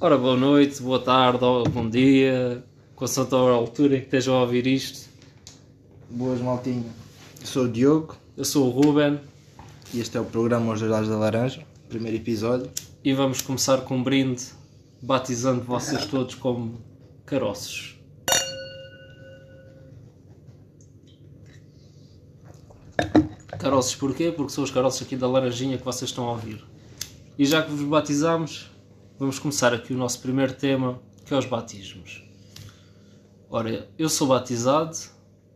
Ora, boa noite, boa tarde, ou bom dia, consoante a altura em que estejam a ouvir isto. Boas, maltinha. Eu sou o Diogo Eu sou o Ruben e este é o programa Os Dois Lados da Laranja, primeiro episódio. e vamos começar com um brinde, batizando vocês todos como caroços. Caroços porquê? Porque são os caroços aqui da laranjinha que vocês estão a ouvir. E já que vos batizamos, vamos começar aqui o nosso primeiro tema, que é os batismos. Ora, eu sou batizado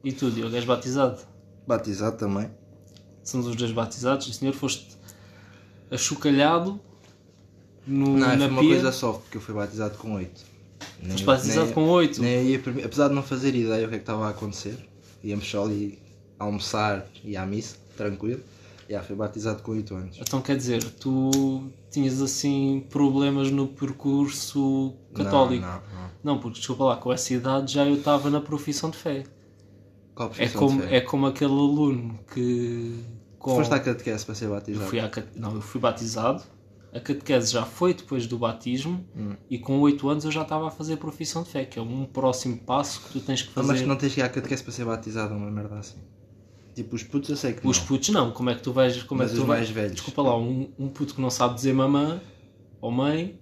e tu, Diogo, és batizado? Batizado também. somos os dois batizados, e senhor foste achucalhado no, Não, na foi uma pia. coisa só, porque eu fui batizado com 8. Foste batizado com oito? Nem ia prime- apesar de não fazer ideia o que é que estava a acontecer, íamos só ali almoçar e à missa, tranquilo. Já fui batizado com 8 anos. Então quer dizer, tu tinhas assim problemas no percurso católico. Não, não, não. Não, porque desculpa lá, com essa idade já eu estava na profissão de fé. Qual a É profissão como, de fé? é como aquele aluno que. Com... Foste à catequese para ser batizado. Fui à cate- Não, eu fui batizado. A catequese já foi depois do batismo Hum. e com 8 anos eu já estava a fazer a profissão de fé, que é um próximo passo que tu tens que Ah, fazer. Mas não tens que ir à catequese para ser batizado, é uma merda assim. Tipo, os putos eu sei que Os não. putos não, como é que tu vais. Como Mas é que tu os vai- mais velhos. Desculpa lá, um, um puto que não sabe dizer mamã ou mãe,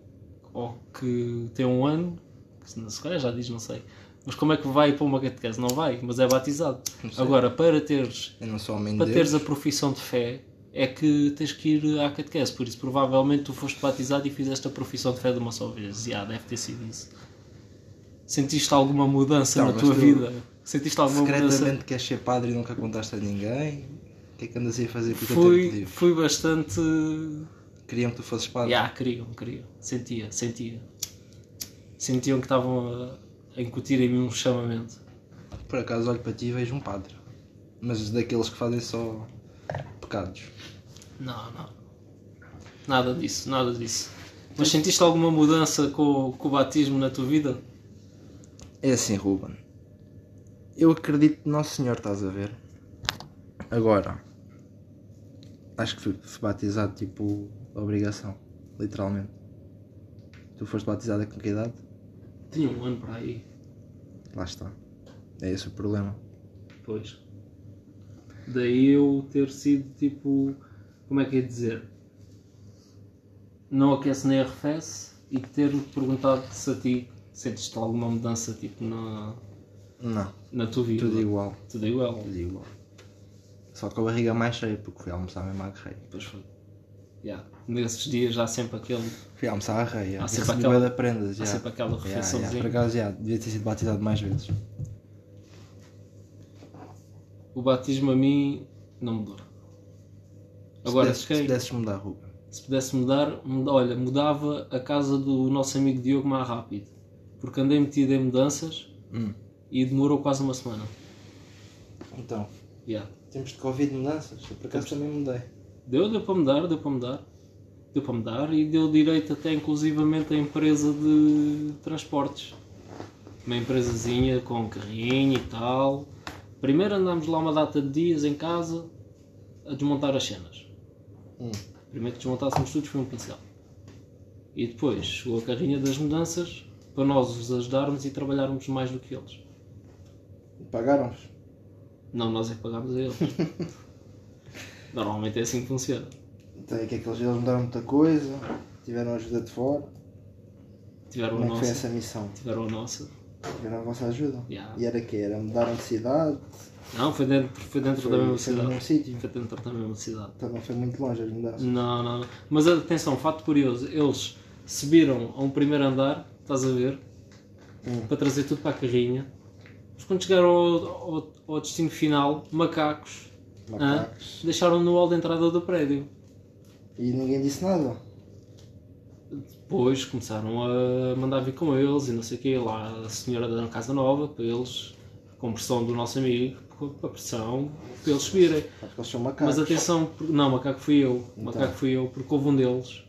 ou que tem um ano, que se se calhar já diz, não sei. Mas como é que vai para uma catequese? Não vai, mas é batizado. Agora, para teres, Eu não sou homem de para Deus. teres a profissão de fé, é que tens que ir à catequese. Por isso, provavelmente, tu foste batizado e fizeste a profissão de fé de uma só vez. Já, deve ter sido isso. Sentiste alguma mudança Não, na mas tua tu- vida? Sentiste alguma mudança? Secretamente queres ser padre e nunca contaste a ninguém? O que é que andas aí a fazer com o teu tempo Fui, livre? fui bastante Queriam que tu fosses Ah, padre. queriam, queriam. Sentia, sentia. Sentiam que estavam a, a incutir em mim um chamamento. Por acaso olho para ti e vejo um padre. Mas daqueles que fazem só pecados. Não, não. Nada disso, nada disso. Mas sentiste alguma mudança com, o- com o batismo na tua vida? É assim, Ruben. Eu acredito no Nosso Senhor, estás a ver? Agora, acho que fui fui batizado, tipo, obrigação. Literalmente. Tu foste batizada com que idade? Tinha um ano para aí. Lá está. É esse o problema. Pois. Daí eu ter sido tipo. Como é que é dizer? Não aquece nem arrefece e ter-me perguntado se a ti sentiste alguma mudança tipo na, Não, na tua vida. tudo igual. Tudo igual. Tudo igual. Só com a barriga mais cheia, porque fui almoçar mesmo à rei. Pois foi. Yeah. Nesses dias há sempre aquele. Fui almoçar à rei, Há yeah. sempre recebi aquela- bué de prendas. Há yeah. sempre aquela Yeah, yeah. refeiçãozinha. Por acaso, yeah, devia ter sido batizado mais vezes. O batismo a mim não mudou. Agora, se, se, pudesse- se quem- pudesses mudar, Ruben. se pudesse mudar, muda- olha, mudava a casa do nosso amigo Diogo mais rápido. Porque andei metido em mudanças Hum. e demorou quase uma semana. Então, Yeah. temos de Covid mudanças. Eu por acaso também mudei. Deu, deu para mudar, deu para mudar. Deu para mudar e deu direito até inclusivamente à empresa de transportes. Uma empresazinha com um carrinho e tal. Primeiro andámos lá uma data de dias em casa a desmontar as cenas. Hum. Primeiro que desmontássemos tudo foi um pincel. E depois chegou a carrinha das mudanças para nós os ajudarmos e trabalharmos mais do que eles. Pagaram-vos. Não nós é que pagámos a eles. Normalmente é assim que funciona. Então, é que aqueles eles mudaram muita coisa. Tiveram ajuda de fora. Tiveram Como a é que foi nossa. essa missão? Tipo, Tiveram a nossa. Tiveram a vossa ajuda? Yeah. E era o quê? Era mudaram de cidade? Não, foi dentro, foi dentro Foi- da mesma foi no cidade. mesmo sítio? Foi dentro da mesma cidade. Então não foi muito longe as mudanças. Não, não, não. Mas atenção, fato curioso, eles subiram a um primeiro andar, estás a ver, Um, Hum. para trazer tudo para a carrinha. Mas quando chegaram ao, ao- ao destino final, macacos, hã, Macacos. deixaram no hall de entrada do prédio. E ninguém disse nada. Depois começaram a mandar vir com eles e não sei o quê, lá a senhora da Casa Nova, para eles, com pressão do nosso amigo, com a pressão, para eles subirem. Acho que eles são macacos. Mas atenção, por- não, macaco fui eu. Macaco fui eu, porque houve um deles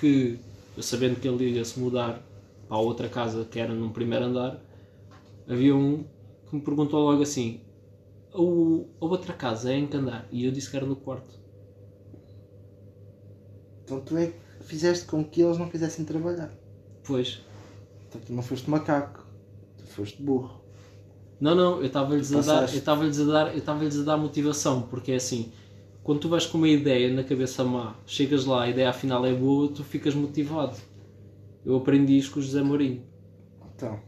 que, eu sabendo que ele ia se mudar para a outra casa que era num primeiro andar, havia um que me perguntou logo assim: "O- a outra casa é em que andar? E eu disse que era no quarto. Então tu é que fizeste com que eles não quisessem trabalhar. Pois. Então tu não foste macaco, tu foste burro. Não, não, eu estava-lhes a dar, Passaste. eu estava-lhes a dar, eu estava-lhes a dar motivação, porque é assim, quando tu vais com uma ideia na cabeça má, chegas lá, a ideia afinal é boa, tu ficas motivado. Eu aprendi isto com o José Mourinho. Então,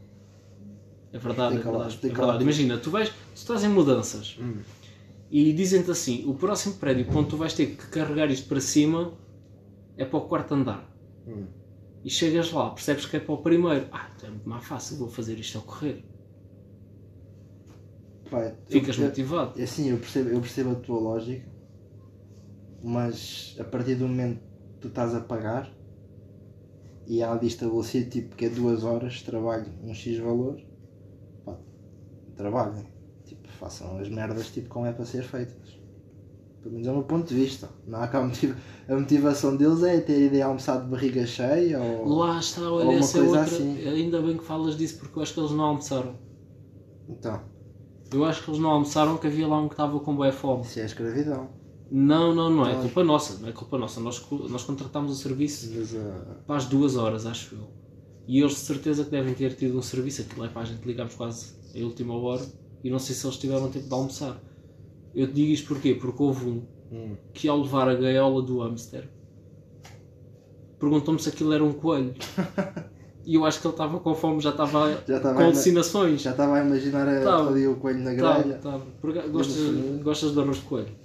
É verdade, Explica é lá, verdade. é explica verdade. lá. Imagina, tu vais, tu estás em mudanças Hum. e dizem-te assim, o próximo prédio quando tu vais ter que carregar isto para cima é para o quarto andar. Hum. E chegas lá, percebes que é para o primeiro. Ah, então é muito mais fácil, vou fazer isto ao correr. pá, Ficas eu, motivado. eu, assim, eu percebo, eu percebo a tua lógica, mas a partir do momento que tu estás a pagar e há de estabelecer tipo que é duas horas de trabalho, um X valor, pá, trabalhem, tipo, façam as merdas tipo como é para ser feitas. Pelo menos é o meu ponto de vista. Não há cá motiva- a motivação deles é ter ido almoçar de barriga cheia ou. Lá está, Ou olha, uma essa é coisa outra. assim. Ainda bem que falas disso porque eu acho que eles não almoçaram. Então, Eu acho que eles não almoçaram que havia lá um que estava com boa fome. isso é a escravidão. Não, não, não é Claro. culpa nossa, não é culpa nossa. Nós, co- nós contratámos o serviço Mas ah, para as duas horas, acho eu. E eles de certeza que devem ter tido um serviço, aquilo é para a gente ligarmos quase a última hora e não sei se eles tiveram tempo de almoçar. Eu te digo isto porquê? Porque houve um hum, que ao levar a gaiola do hamster perguntou-me se aquilo era um coelho. E eu acho que ele estava com fome, já estava Já estava com ainda- alucinações. já estava a imaginar a, Tá. ali o coelho na Tá, grelha. tá. Porque Gostas, Vamos- gostas de arroz de coelho?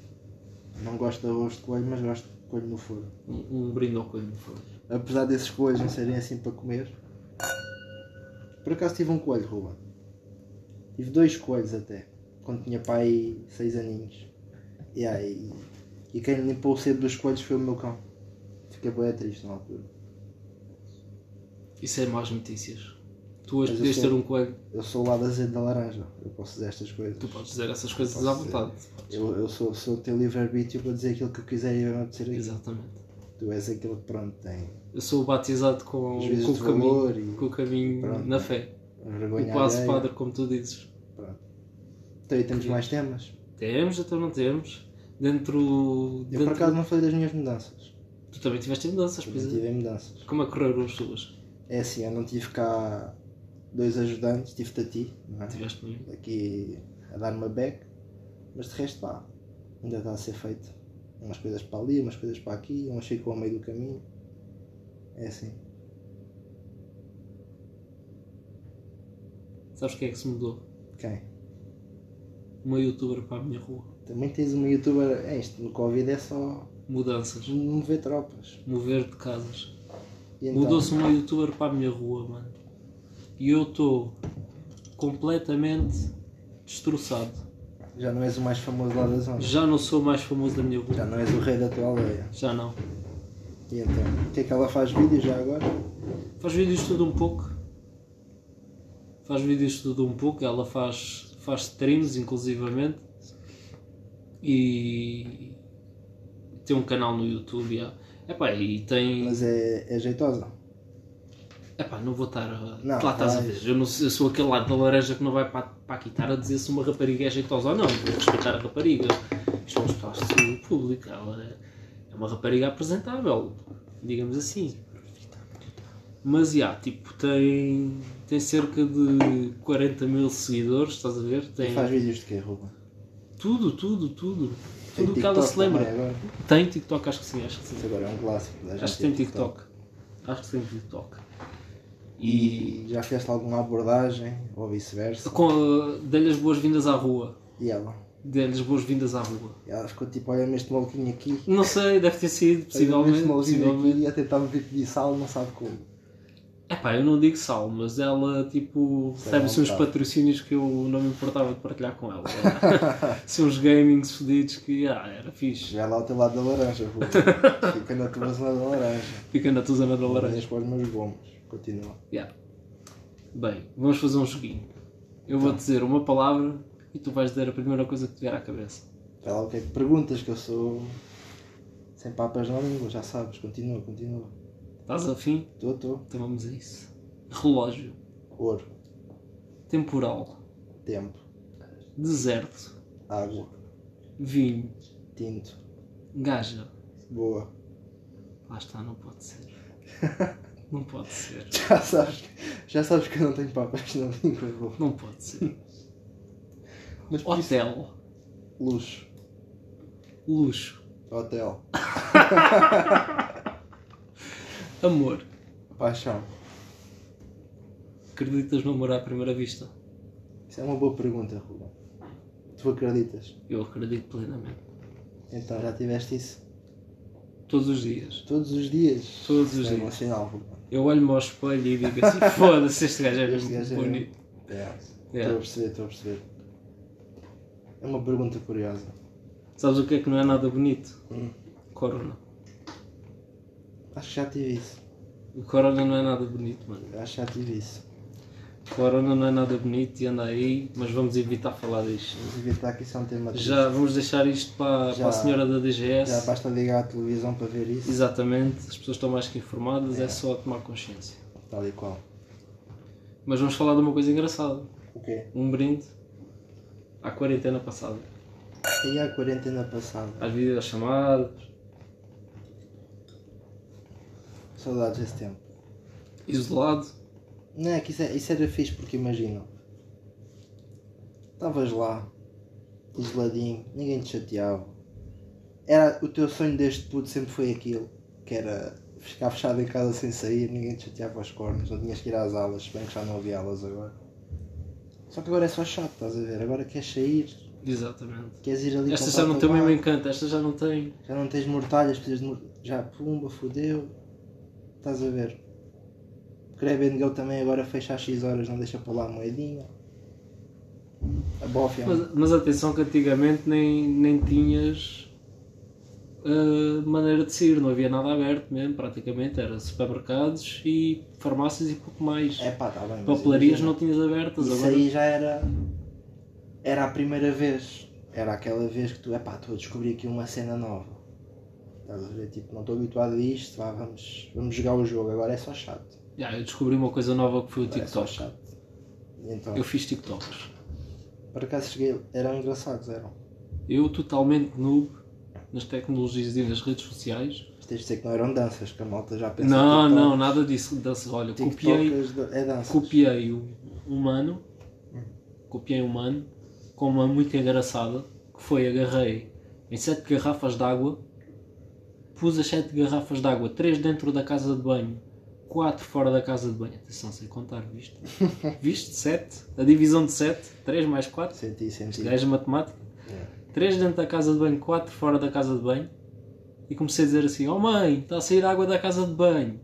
Não gosto de arroz de coelho, mas gosto de coelho no forno. Um, um brinde ao coelho, por favor. Apesar desses coelhos não serem assim para comer. Por acaso tive um coelho, Ruben. Tive dois coelhos até. Quando tinha pai seis aninhos. E aí. E quem limpou o sebo dos coelhos foi o meu cão. Fiquei bem triste na altura. Isso é más notícias. Tu hoje Mas eu podias sou- ter um coelho, Eu sou o lado azedo da laranja. Eu posso dizer estas coisas. tu podes dizer essas coisas Posso à dizer. vontade. Eu, eu sou a pessoa que tem livre-arbítrio para dizer aquilo que eu quiser e eu não dizer aquilo. Exatamente. Tu és aquele que pronto tem Eu sou batizado com, Juízo com o de caminho, valor e- com o caminho Pronto. na fé. vergonha O quase alheia. padre, como tu dizes. Pronto. Então aí temos mais temas. Temos, então não temos. Dentro. Eu dentro- por acaso não falei das minhas mudanças. Tu também tiveste mudanças, Eu pois não é. tive mudanças. Como é que correram as tuas? É assim, eu não tive cá dois ajudantes, tive-te a ti, não é? Tiveste bem. aqui a dar uma beck, mas de resto pá, ainda está a ser feito. Umas coisas para ali, umas coisas para aqui, umas ficam ao meio do caminho. É assim. Sabes o que é que se mudou? Quem? Uma youtuber para a minha rua. Também tens uma youtuber. É isto, no Covid é só Mudanças. mover tropas. Mover de casas. E então, Mudou-se uma youtuber para a minha rua, mano. E eu estou completamente destroçado. Já não és o mais famoso lá da zona. Já não sou mais famoso da minha rua. Já não és o rei da tua aldeia. Já não. E então, o que é que ela faz vídeo já agora? Faz vídeos tudo um pouco. Faz vídeos tudo um pouco. Ela faz, faz streams, inclusivamente. E tem um canal no YouTube. Já. Epá, e tem. Mas é, é jeitosa. Epá, não vou estar. A... Não, é lá estás a vais. ver. Eu, não, eu sou aquele lado da laranja que não vai para, para aqui estar a dizer se uma rapariga é jeitosa ou não. Vou respeitar a rapariga. Isto é um espaço público. Ela é- é uma rapariga apresentável, digamos assim. Mas, já, tipo, tem, tem cerca de 40 mil seguidores, estás a ver? Tem E faz vídeos de quê, Ruben? tudo, tudo, tudo. Tem Tudo o que ela TikTok se lembra. também agora? Tem TikTok, acho que sim, acho que sim. Isso agora é um clássico. da Acho gente que tem ter TikTok. Acho que tem TikTok. E, E já fizeste alguma abordagem ou vice-versa? Com- Dei-lhe as boas-vindas à rua. E ela? Dei-lhe as boas-vindas à rua. Ela ficou tipo, olha-me este maluquinho aqui. olha-me Não sei, deve ter sido, possivelmente. este maluquinho possivelmente. aqui e a tentar-me pedir sal, não sabe como. Epá, eu não digo sal, mas ela, tipo, Sei lá, recebe-se uns um bocado. patrocínios que eu não me importava de partilhar com ela. Se uns gamings fodidos que, ah, era fixe. Já lá ao teu lado da laranja, Ruben. Fica na tua zona da laranja. Fica na tua zona da laranja. Laranja para os meus gomos. Continua. Yeah. Bem, vamos fazer um joguinho. Eu vou dizer uma palavra e tu vais dizer a primeira coisa que te vier à cabeça. Vai lá o que é que perguntas, que eu sou... Sem papas na língua, já sabes. Continua, continua. Estás afim? Estou, estou. Então vamos a isso. Relógio. Ouro. Temporal. Tempo. Deserto. Água. Vinho. Tinto. Gaja. Boa. Lá está, não pode ser. Não pode ser. Já sabes, já sabes que eu não tenho papas na língua, Ruben. Não pode ser. Mas por isso, é Hotel. luxo. Luxo. Hotel. Amor. Paixão. Acreditas no amor à primeira vista? Isso é uma boa pergunta, Ruben. Tu acreditas? Eu acredito plenamente. Então já tiveste isso? Todos os dias. Todos os dias? Todos os Isso É dias. emocional, Ruben. Eu olho-me ao espelho e digo assim: foda-se, este gajo é Este mesmo gajo é bonito. É. É. Estou a perceber, estou a perceber. É uma pergunta curiosa. Sabes o que é que não é nada bonito? Hum. Corona. Acho que já tive isso. O Corona não é nada bonito, mano. Acho que já tive isso. O Corona não é nada bonito e anda aí, mas vamos evitar falar disto. Vamos evitar que isso é um tema triste. Já vamos deixar isto para, Já. para a senhora da Já DGS. basta ligar à televisão para ver isso. Exatamente, as pessoas estão mais que informadas, é só tomar consciência. Tal e qual. Mas vamos falar de uma coisa engraçada. O quê? Um brinde à quarentena passada. E a quarentena passada? Às videochamadas, Saudades desse tempo. isolado. Não é que isso, é- isso era fixe porque imagina. Estavas lá, isoladinho, ninguém te chateava. Era o teu sonho desde puto sempre foi aquilo, que era ficar fechado em casa sem sair, ninguém te chateava aos cornos, não tinhas que ir às aulas, se bem que já não havia aulas agora. Só que agora é só chato, estás a ver? Agora queres sair, Exatamente. queres ir ali Esta comprar já não tem o mesmo tabaco. encanto, esta já não tem. Já não tens mortalhas, precisas de mor... Já, pumba, fodeu. Estás a ver. Crab and Go também agora fecha às 6 horas, não deixa para lá a moedinha. A é um- bofia. Mas, mas atenção que antigamente nem, nem tinhas ah, maneira de sair, não havia nada aberto mesmo, praticamente. Era supermercados e farmácias e pouco mais. É pá, está bem. mas Papelarias imagina, não tinhas abertas, Isso agora aí já era. Era a primeira vez. Era aquela vez que tu, é pá, estou a descobrir aqui uma cena nova. Estás a ver? Tipo, não estou habituado a isto, vá, vamos, vamos jogar o jogo. Agora é só chato. Já, eu descobri uma coisa nova que foi o Agora É só TikTok. chato. E Então, Eu fiz TikToks. por acaso cheguei. Eram engraçados, eram. Eu totalmente noob nas tecnologias e nas redes sociais. Mas tens de dizer que não eram danças, que a malta já pensa não, que não, nada disso. Dança. Olha, copiei, TikTokers da- é danças. copiei um, um mano, Hum. copiei um mano, com uma muito engraçada, que foi agarrei em sete garrafas de água, pus as sete garrafas de água, três dentro da casa de banho, quatro fora da casa de banho. Atenção, sei contar, viste? Viste? Sete. A divisão de sete, três mais quatro. Senti, senti. É, Gajo de matemática. Yeah. Três dentro da casa de banho, quatro fora da casa de banho. E comecei a dizer assim: Oh mãe, está a sair água da casa de banho.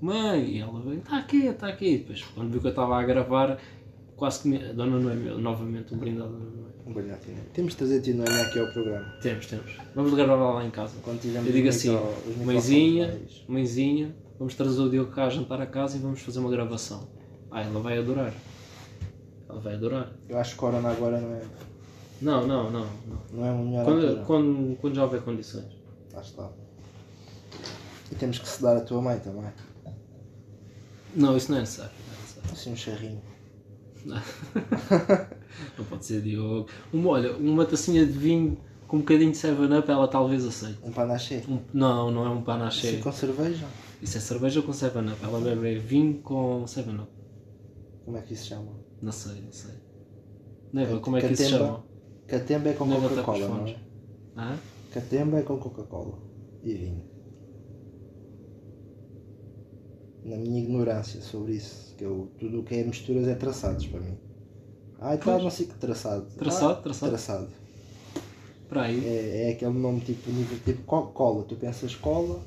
Mãe, e ela veio: Está aqui, está aqui. E depois, quando viu que eu estava a gravar, quase que me. a Dona Noemi, novamente, um brinde à Dona Noemi. Um brilhante, né? Temos de trazer Tino Ana aqui ao programa. Temos, temos. Vamos gravar lá em casa. Quando tivermos Eu digo os assim: micro- os microfones Mãezinha, mais- mãezinha, vamos trazer o Diogo cá a jantar a casa e vamos fazer uma gravação. Ah, ela vai adorar. Ela vai adorar. Eu acho que Corona agora não é, Não, não, não. não. não é uma melhor Quando, altura. quando, quando já houver condições. Lá está. E temos que sedar a tua mãe também. Não, isso não é necessário. Não é necessário. Assim um charrinho. Não pode ser Diogo. Uma, olha, uma tacinha de vinho com um bocadinho de 7-up, ela talvez aceite. Um panache. Um- não, não é um panache. Assim com cerveja. Isso é cerveja com 7-up. Ela bebe vinho com 7-up. Como é que isso se chama? Não sei, não sei. Neva, como é que Catemba. isso se chama? Catemba é com Neva está com os Coca-Cola, não fones. é? Hã? Catemba é com Coca-Cola. E vinho. Na minha ignorância sobre isso, que eu, tudo o que é misturas é traçados para mim. Ah, então Pois. não sei que traçado. Traçado, Ah, traçado. Traçado. Espera aí. É, é aquele nome tipo, univer- tipo co- cola. Tu pensas cola,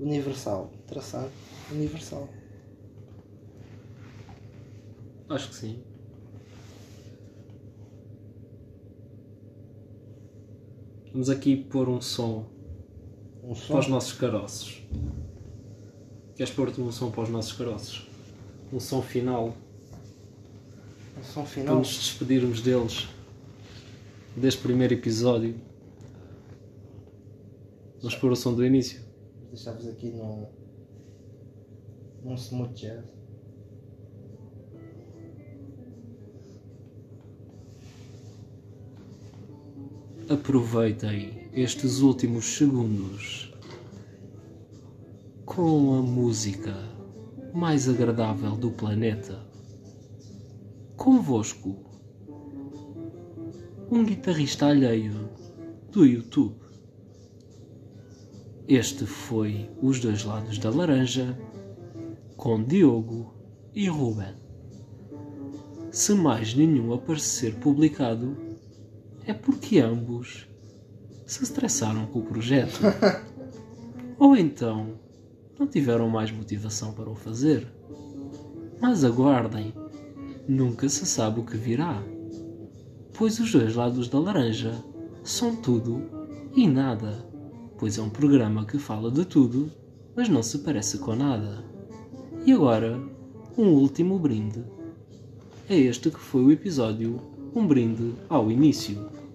universal. Traçado, universal. Acho que sim. Vamos aqui pôr um som para Um som. os nossos caroços. Queres pôr-te um som para os nossos caroços? Um som final Um som para final. nos despedirmos deles deste primeiro episódio. Vamos pôr o som do início. Deixavas aqui num. num smooth jazz. Aproveitem estes últimos segundos com a música mais agradável do planeta. Convosco, um guitarrista alheio do YouTube. Este foi Os Dois Lados da Laranja com Diogo e Ruben. Se mais nenhum aparecer publicado, é porque ambos se estressaram com o projeto. Ou então não tiveram mais motivação para o fazer. Mas aguardem, nunca se sabe o que virá, pois os dois lados da laranja são tudo e nada, pois é um programa que fala de tudo, mas não se parece com nada. E agora, um último brinde. É este que foi o episódio Um Brinde ao Início.